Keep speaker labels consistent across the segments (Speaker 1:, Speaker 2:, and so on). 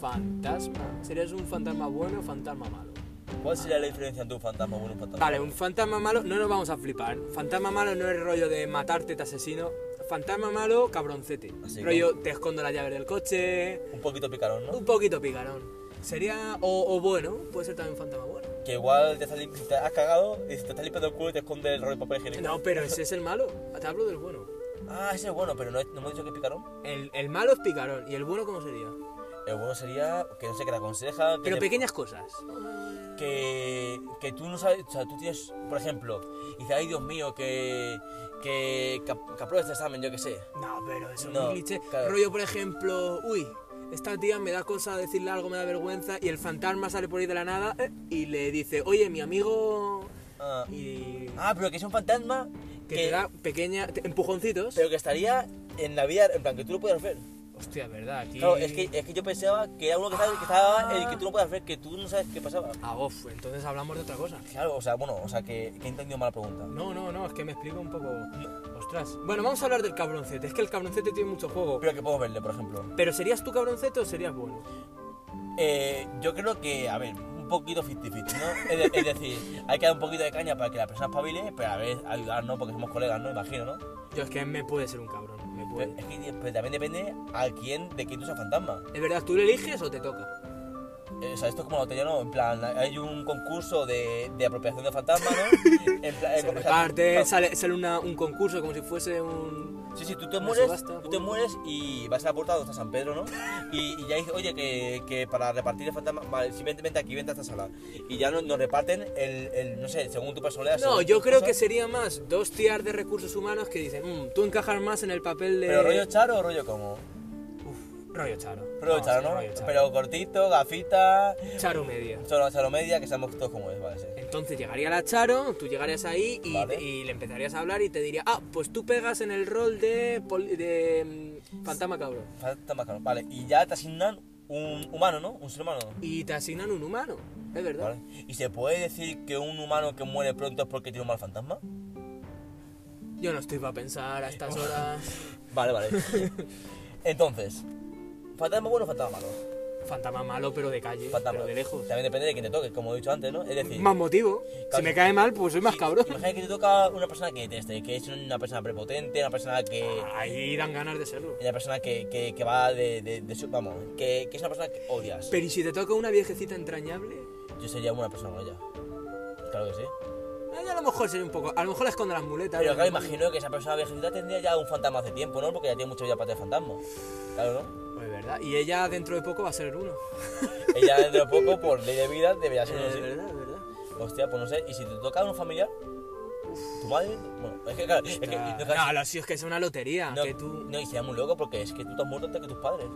Speaker 1: fantasma. ¿Serías un fantasma bueno o fantasma malo?
Speaker 2: ¿Cuál sería la diferencia entre un fantasma bueno y un fantasma
Speaker 1: Vale, un fantasma malo, no nos vamos a flipar. Fantasma malo no es rollo de matarte, te asesino. Fantasma malo, cabroncete.
Speaker 2: Así
Speaker 1: rollo, te escondo las llaves del coche.
Speaker 2: Un poquito picarón, ¿no?
Speaker 1: Un poquito picarón. Sería. O, o bueno, puede ser también fantasma bueno.
Speaker 2: Que igual te, estás lim- si te has cagado y si te estás limpiando el culo y te esconde el rollo de papel higiénico.
Speaker 1: No, pero ese es el malo. Te hablo del bueno.
Speaker 2: Ah, ese es bueno, pero no, es- no hemos dicho que es picarón.
Speaker 1: El, el malo es picarón. ¿Y el bueno cómo sería?
Speaker 2: El bueno sería que no sé, que te aconseja, que,
Speaker 1: Pero
Speaker 2: te-
Speaker 1: pequeñas cosas.
Speaker 2: que, que tú no sabes, o sea, tú tienes, por ejemplo, y dices, ay Dios mío, que, que, que, ap- que apruebe este examen, yo qué sé.
Speaker 1: No, pero eso es
Speaker 2: No,
Speaker 1: un cliché.
Speaker 2: claro.
Speaker 1: Rollo, por ejemplo, uy, esta tía me da cosa decirle algo, me da vergüenza, y el fantasma sale por ahí de la nada eh, y le dice, oye, mi amigo.
Speaker 2: Ah,
Speaker 1: Y.
Speaker 2: Ah, pero que es un fantasma
Speaker 1: que
Speaker 2: que,
Speaker 1: te da pequeñas empujoncitos.
Speaker 2: pero que estaría en la vida, en plan, que tú lo puedes ver.
Speaker 1: Hostia, verdad, aquí.
Speaker 2: Claro, es que, es que yo pensaba que era uno que estaba, que estaba el que tú no puedas ver, que tú no sabes qué pasaba.
Speaker 1: Ah, off, entonces hablamos de otra cosa.
Speaker 2: Claro, o sea, bueno, o sea, que, que he entendido mal la pregunta.
Speaker 1: No, no, no, es que me explico un poco. Ostras. Bueno, vamos a hablar del cabroncete. Es que el cabroncete tiene mucho juego.
Speaker 2: Pero que puedo verle, por ejemplo.
Speaker 1: Pero ¿serías tú cabroncete o serías bueno?
Speaker 2: Eh, yo creo que, a ver, un poquito 50-50, ¿no? Es, de- es decir, hay que dar un poquito de caña para que la persona espabile, pero a ver, ayudar, ¿no? Porque somos colegas, ¿no? Imagino, ¿no?
Speaker 1: Yo es que me puede ser un cabrón, me puede.
Speaker 2: Pero es que pero también depende a quién, de quién tú seas fantasma.
Speaker 1: ¿Es verdad? ¿Tú le eliges o te toca?
Speaker 2: Eh, o sea, esto es como la lotería, ¿no? En plan, hay un concurso de, de apropiación de fantasma, ¿no? En plan, eh,
Speaker 1: Se
Speaker 2: o sea,
Speaker 1: reparte,
Speaker 2: claro.
Speaker 1: sale, sale una- un concurso como si fuese un...
Speaker 2: Sí, sí, tú te
Speaker 1: Una
Speaker 2: mueres,
Speaker 1: subasta,
Speaker 2: tú te
Speaker 1: pues.
Speaker 2: mueres y vas a la puerta donde está San Pedro, ¿no? Y, y ya dices, oye, que, que para repartir el fantasma, vale, si vente, vente aquí, vente a esta sala. Y ya nos, nos reparten el, el, no sé, según tu personalidad.
Speaker 1: No,
Speaker 2: según
Speaker 1: yo
Speaker 2: tus
Speaker 1: creo que
Speaker 2: cosas.
Speaker 1: sería más dos tiers de recursos humanos que dicen, "Mm, tú encajas más en el papel de...
Speaker 2: ¿Pero rollo charo o rollo como?
Speaker 1: Uf, rollo charo.
Speaker 2: Rollo
Speaker 1: No,
Speaker 2: charo,
Speaker 1: sí,
Speaker 2: ¿no?
Speaker 1: rollo charo.
Speaker 2: Pero cortito, gafita,
Speaker 1: Charo media.
Speaker 2: charo, charo media, que sabemos todos cómo es, vale, sí.
Speaker 1: Entonces llegaría la Charo, tú llegarías ahí y,
Speaker 2: Vale.
Speaker 1: y le empezarías a hablar y te diría, ah, pues tú pegas en el rol de, poli- de mm, fantasma cabrón.
Speaker 2: Fantasma, claro. Vale, y ya te asignan un humano, ¿no? Un ser humano.
Speaker 1: Y te asignan un humano, es verdad.
Speaker 2: Vale. ¿Y se puede decir que un humano que muere pronto es porque tiene un mal fantasma?
Speaker 1: Yo no estoy para pensar a estas horas.
Speaker 2: Vale, vale. Entonces, fantasma bueno o fantasma malo.
Speaker 1: Fantasma malo, pero de calle,
Speaker 2: Fantasma
Speaker 1: pero de lejos.
Speaker 2: También depende de quién te toque, como he dicho antes, ¿no? Es decir,
Speaker 1: Más motivo. Si
Speaker 2: Claro.
Speaker 1: me cae mal, pues soy más
Speaker 2: i-
Speaker 1: cabrón.
Speaker 2: Imagina que te toca una persona que deteste, que es una persona prepotente, una persona que.
Speaker 1: Ahí dan ganas de serlo.
Speaker 2: Una persona que, que, que va de, de, de su- Vamos, que, que es una persona que odias.
Speaker 1: Pero ¿y si te toca una viejecita entrañable?
Speaker 2: Yo sería una persona con ella. Claro que sí.
Speaker 1: Eh, yo a lo mejor sería un poco. A lo mejor la escondo las muletas.
Speaker 2: Pero
Speaker 1: ¿no?
Speaker 2: claro, imagino que esa persona viejita tendría ya un fantasma hace tiempo, ¿no? Porque ya tiene mucha vida para tener fantasma. Claro, ¿no?
Speaker 1: Pues verdad. Y ella dentro de poco va a ser uno.
Speaker 2: Ella dentro de poco, por ley de vida, debería
Speaker 1: Es
Speaker 2: ser uno así.
Speaker 1: Eh, verdad, es verdad.
Speaker 2: Hostia, pues no sé, y si te toca un familiar, tu madre, bueno, es que claro, es que
Speaker 1: Ah,
Speaker 2: no,
Speaker 1: no, lo sí es que es una lotería.
Speaker 2: no,
Speaker 1: que tú.
Speaker 2: no, y sería muy loco porque es que tú estás muerto antes que tus padres.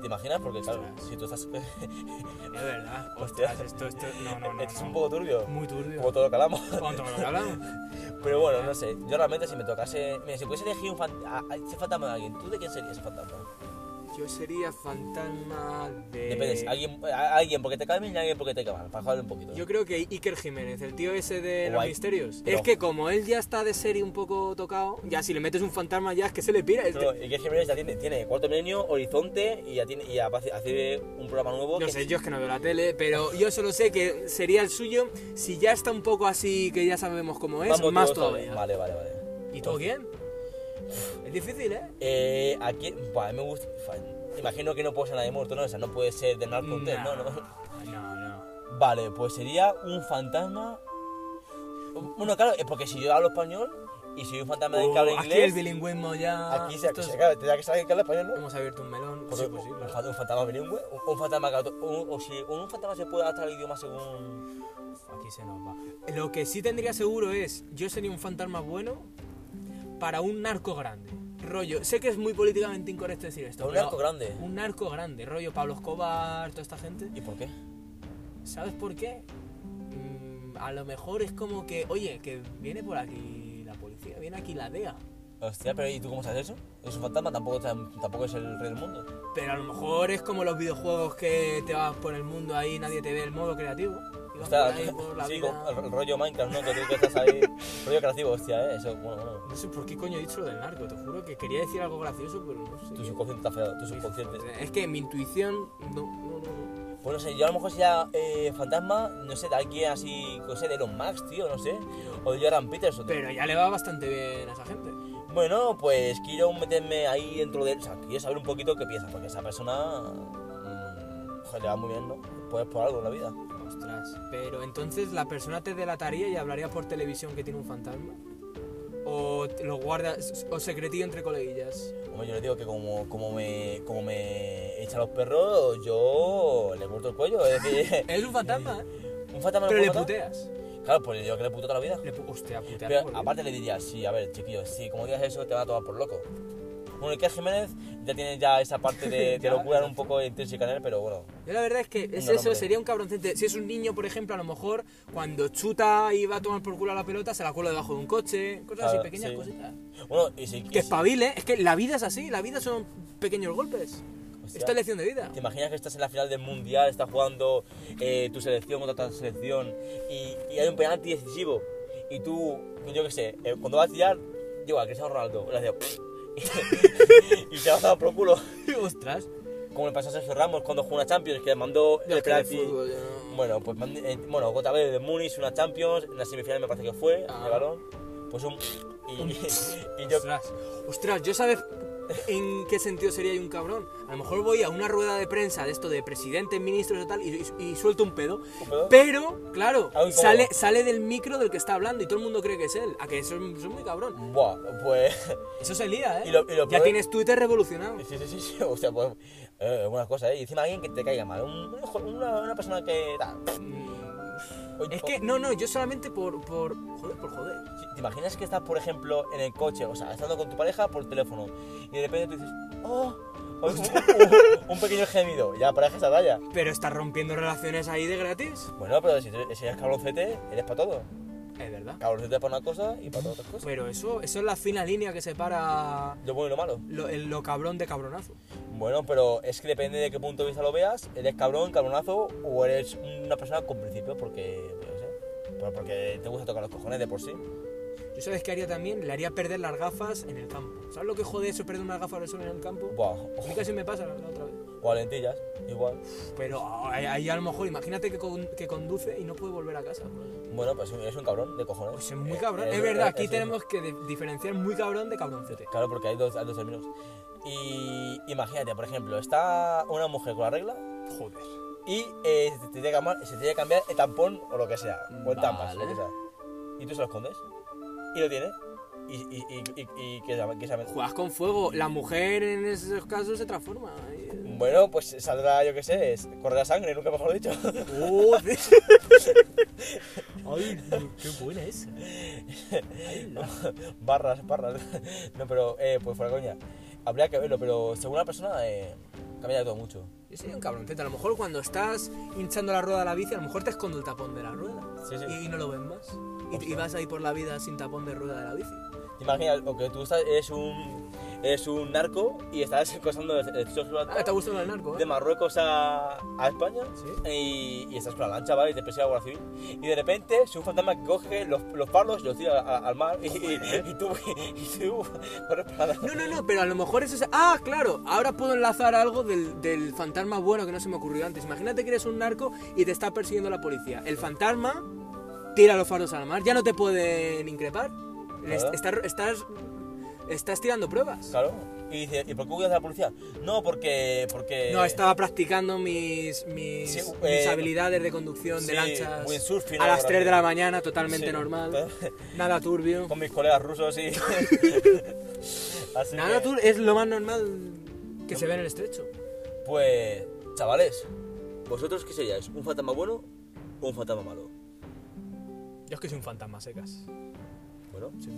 Speaker 2: ¿Te imaginas? Porque claro,
Speaker 1: Ostras.
Speaker 2: si tú estás.
Speaker 1: Es verdad.
Speaker 2: Hostia.
Speaker 1: Ostras, esto, esto. No, no, no.
Speaker 2: es un
Speaker 1: no.
Speaker 2: poco turbio,
Speaker 1: Muy turbio.
Speaker 2: como todo lo que hablamos.
Speaker 1: ¿Cuánto me lo hablamos?
Speaker 2: Pero bueno, no sé, yo realmente si me tocase. Mira, si pudiese elegir un fan- a- a ese fantasma de alguien, ¿tú de quién serías ese fantasma?
Speaker 1: Yo sería fantasma de.
Speaker 2: Depende, alguien, a- alguien porque te cae bien y alguien porque te cae mal, para jugar un poquito.
Speaker 1: Eh, Yo creo que Iker Jiménez, el tío ese de los
Speaker 2: Guay.
Speaker 1: misterios.
Speaker 2: Pero-
Speaker 1: Es que como él ya está de serie un poco tocado, ya si le metes un fantasma ya es que se le pira. el
Speaker 2: Pero
Speaker 1: tío.
Speaker 2: el que Jiménez ya tiene, tiene cuarto milenio, horizonte y ya tiene y ya va a hacer- hacer un programa nuevo.
Speaker 1: No
Speaker 2: que-
Speaker 1: sé, yo es que no veo la tele, pero yo solo sé que sería el suyo si ya está un poco así que ya sabemos cómo es,
Speaker 2: Vamos
Speaker 1: más
Speaker 2: todos
Speaker 1: todavía.
Speaker 2: todos. Vale, vale, vale.
Speaker 1: ¿Y todo quién? Es difícil, ¿eh?
Speaker 2: Eh, aquí, buah, me gusta. fa- Imagino que no puede ser nadie muerto, ¿no? O sea, no puede ser de Narco Hotel, no, no.
Speaker 1: no, no.
Speaker 2: Vale, pues sería un fantasma. Bueno, claro, es porque si yo hablo español y si hay un fantasma de que habla
Speaker 1: Uh, aquí el
Speaker 2: inglés,
Speaker 1: bilingüismo ya...
Speaker 2: aquí se,
Speaker 1: Esto es-
Speaker 2: se acaba, tendría que ser alguien que habla español, ¿no?
Speaker 1: Hemos abierto un melón.
Speaker 2: Porque
Speaker 1: Sí, pues sí,
Speaker 2: un,
Speaker 1: claro.
Speaker 2: fan- un fantasma bilingüe, un, un fantasma que auto- un- o si un fantasma se puede adaptar al idioma según.
Speaker 1: Aquí se nos va. Lo que sí tendría seguro es, yo sería un fantasma bueno para un narco grande. Rollo, sé que es muy políticamente incorrecto decir esto.
Speaker 2: Para un
Speaker 1: pero
Speaker 2: narco grande.
Speaker 1: Un narco grande, rollo Pablo Escobar, toda esta gente.
Speaker 2: ¿Y por qué?
Speaker 1: ¿Sabes por qué? Mm, a lo mejor es como que, oye, que viene por aquí la policía, viene aquí la DEA.
Speaker 2: Hostia, pero ¿y tú cómo sabes eso? Es un fantasma, tampoco, tampoco es el rey del mundo.
Speaker 1: Pero a lo mejor es como los videojuegos que te vas por el mundo ahí, nadie te ve el modo creativo. Iban
Speaker 2: Hostia,
Speaker 1: por ahí, por la
Speaker 2: sí,
Speaker 1: vida.
Speaker 2: con el rollo Minecraft, ¿no? Que tú que estás ahí. rollo creativo, hostia, ¿eh? Eso, bueno, bueno.
Speaker 1: No sé por qué coño he dicho lo del narco, te juro que quería decir algo gracioso, pero no sé.
Speaker 2: Tu subconsciente está feo, tu subconsciente.
Speaker 1: Es que mi intuición. No, no, no.
Speaker 2: Pues no sé, yo a lo mejor sería eh, fantasma, no sé, de alguien así, no sé, de Elon Musk, tío, no sé. O de Jordan Peterson. tío.
Speaker 1: Pero ya le va bastante bien a esa gente.
Speaker 2: Bueno, pues quiero meterme ahí dentro de él, o sea, quiero saber un poquito qué piensa, porque esa persona. mm, joder, le va muy bien, ¿no? Puedes por algo en la vida.
Speaker 1: Ostras. Pero entonces la persona te delataría y hablaría por televisión que tiene un fantasma. O te lo guarda. O secretillo entre coleguillas.
Speaker 2: Hombre, yo le digo que como, como me, como me echa los perros, yo le corto el cuello. Es decir,
Speaker 1: Es un fantasma, ¿eh?
Speaker 2: un fantasma no
Speaker 1: Pero le
Speaker 2: puedo matar.
Speaker 1: puteas.
Speaker 2: Claro, pues le digo que le puto toda la vida.
Speaker 1: Le pu- hostia, putear.
Speaker 2: Pero
Speaker 1: por Dios.
Speaker 2: aparte le diría, sí, a ver, chiquillo, sí, como digas eso te va a tomar por loco. Bueno, Iker Jiménez ya tiene ya esa parte de, de
Speaker 1: Ya,
Speaker 2: locura un poco intrínseca en él, pero bueno.
Speaker 1: Yo la verdad es que es eso,
Speaker 2: No, no, hombre.
Speaker 1: sería un cabroncete. Si es un niño, por ejemplo, a lo mejor cuando chuta y va a tomar por culo a la pelota, se la cuela debajo de un coche, cosas así,
Speaker 2: Claro,
Speaker 1: pequeñas
Speaker 2: sí.
Speaker 1: cositas.
Speaker 2: Bueno, y si... y
Speaker 1: Que
Speaker 2: si-
Speaker 1: espabile, ¿eh? es que la vida es así, la vida son pequeños golpes.
Speaker 2: hostia,
Speaker 1: Esta es lección de vida.
Speaker 2: ¿Te imaginas que estás en la final del Mundial, estás jugando eh, tu selección contra tu selección y, y hay un penalti decisivo y tú, yo qué sé, eh, cuando vas a tirar, digo a Cristiano Ronaldo, le haces y se va a dar por culo.
Speaker 1: Ostras,
Speaker 2: Como le pasó a Sergio Ramos cuando jugó una Champions, que le mandó
Speaker 1: yo
Speaker 2: el
Speaker 1: es que el
Speaker 2: penalti...
Speaker 1: fútbol, yo no-
Speaker 2: Bueno, pues mand- eh, bueno, otra vez de Muniz, una Champions, en la semifinal me parece que fue,
Speaker 1: Ah.
Speaker 2: de balón, pues un y,
Speaker 1: Un-
Speaker 2: y yo
Speaker 1: Ostras, ostras, yo sabes en qué sentido sería yo un cabrón. A lo mejor voy a una rueda de prensa de esto de presidentes, ministros y tal, y, y- y suelto un pedo.
Speaker 2: ¿Un pedo? Ah,
Speaker 1: Pero, claro,
Speaker 2: Algo incómodo.
Speaker 1: sale, sale del micro del que está hablando y todo el mundo cree que es él. A que eso es eso es muy cabrón.
Speaker 2: Buah, pues
Speaker 1: Eso se lía, ¿eh?
Speaker 2: Y lo- y lo
Speaker 1: ya
Speaker 2: peor-
Speaker 1: tienes Twitter revolucionado.
Speaker 2: sí, sí, sí, sí, o sea, pues eh, buenas cosas, eh. Y encima alguien que te caiga mal, un- un- una, una persona que tal.
Speaker 1: Es que, no, no, yo solamente por, por... Joder, por joder.
Speaker 2: ¿Te imaginas que estás, por ejemplo, en el coche, o sea, estando con tu pareja por teléfono y de repente tú dices, "Oh", o un, un- un pequeño gemido, ya pareja esa raya.
Speaker 1: Pero estás rompiendo relaciones ahí de gratis.
Speaker 2: Bueno, pero si, tú- si eres cabroncete, eres para todo.
Speaker 1: Es verdad.
Speaker 2: Cabroncete para una cosa y para todas otras cosas.
Speaker 1: Pero eso, eso es la fina línea que separa
Speaker 2: Lo bueno y lo malo.
Speaker 1: lo, el- lo cabrón de cabronazo.
Speaker 2: Bueno, pero es que depende de qué punto de vista lo veas, eres cabrón, cabronazo o eres una persona con principios porque, yo qué sé, pero porque te gusta tocar los cojones de por sí.
Speaker 1: Yo sabes qué haría también, le haría perder las gafas en el campo. ¿Sabes lo que jode eso, perder unas gafas de sol en el campo?
Speaker 2: Buah,
Speaker 1: A mí casi me pasa la otra vez.
Speaker 2: o a lentillas, igual.
Speaker 1: Pero ahí ahí a lo mejor, imagínate que, con- que conduce y no puede volver a casa.
Speaker 2: Bueno, pues es un cabrón de cojones.
Speaker 1: Pues es muy
Speaker 2: Eh,
Speaker 1: cabrón.
Speaker 2: eh,
Speaker 1: Es verdad,
Speaker 2: eh,
Speaker 1: aquí
Speaker 2: es un-
Speaker 1: tenemos que de- diferenciar muy cabrón de cabroncete.
Speaker 2: Claro, porque hay dos, hay dos términos. Y imagínate, por ejemplo, está una mujer con la regla
Speaker 1: Joder.
Speaker 2: y eh, se, te tiene que cambiar, se tiene que cambiar el tampón o lo que sea, o el tampas,
Speaker 1: Vale.
Speaker 2: lo que sea. Y tú se lo escondes y lo tienes y, y, y, y- y que se- que se-
Speaker 1: Juegas con fuego. La mujer en esos casos se transforma. Ay,
Speaker 2: Bueno, pues saldrá, yo qué sé, es- correrá sangre, nunca mejor dicho.
Speaker 1: eh. Joder. Ay, qué buena esa. Ay, la-
Speaker 2: barras, barras. No, pero, eh, pues fuera coña. Habría que verlo, pero según la persona, eh, cambia todo mucho.
Speaker 1: Yo soy un cabroncete. A lo mejor cuando estás hinchando la rueda de la bici, a lo mejor te escondo el tapón de la rueda.
Speaker 2: Sí, sí.
Speaker 1: Y, y no lo ves más. Y- Y,
Speaker 2: Hostia.
Speaker 1: vas ahí por la vida sin tapón de rueda de la bici.
Speaker 2: ¿Te imaginas? O que tú estás, eres un, eres un narco y estás cruzando el, el sexo
Speaker 1: Ah, te ha gustado el narco,
Speaker 2: de
Speaker 1: ¿eh?
Speaker 2: Marruecos a, a España
Speaker 1: Sí.
Speaker 2: y, y estás con la lancha, ¿vale? Y te persigue la Guardia Civil. Y de repente, si un fantasma que coge los, los palos y los tira a- al mar y, y- y tú, y tú corres para
Speaker 1: No, no, no, pero a lo mejor eso es... Ah, claro, ahora puedo enlazar algo del, del fantasma bueno que no se me ocurrió antes. Imagínate que eres un narco y te está persiguiendo la policía. El fantasma tira los faros al mar, ya no te pueden increpar. Les-
Speaker 2: Claro.
Speaker 1: estás, estás, estás tirando pruebas.
Speaker 2: Claro. Y dice, ¿y por qué cuidas a la policía? No, porque. porque
Speaker 1: No, estaba practicando mis, mis,
Speaker 2: Eh, Sí,
Speaker 1: mis
Speaker 2: eh,
Speaker 1: habilidades de conducción de
Speaker 2: sí,
Speaker 1: lanchas
Speaker 2: windsurfing,
Speaker 1: a
Speaker 2: algo
Speaker 1: las 3 de
Speaker 2: rápido.
Speaker 1: la mañana, totalmente
Speaker 2: Sí, ¿Eh?
Speaker 1: normal.
Speaker 2: todo-
Speaker 1: Nada turbio.
Speaker 2: Con mis colegas rusos y. Así
Speaker 1: Nada
Speaker 2: que,
Speaker 1: turbio, es lo más normal que se ve en el estrecho.
Speaker 2: Pues, chavales, ¿vosotros qué seríais? ¿Un fantasma bueno o un fantasma malo?
Speaker 1: Yo es que soy un fantasma secas.
Speaker 2: Bueno,
Speaker 1: Sí.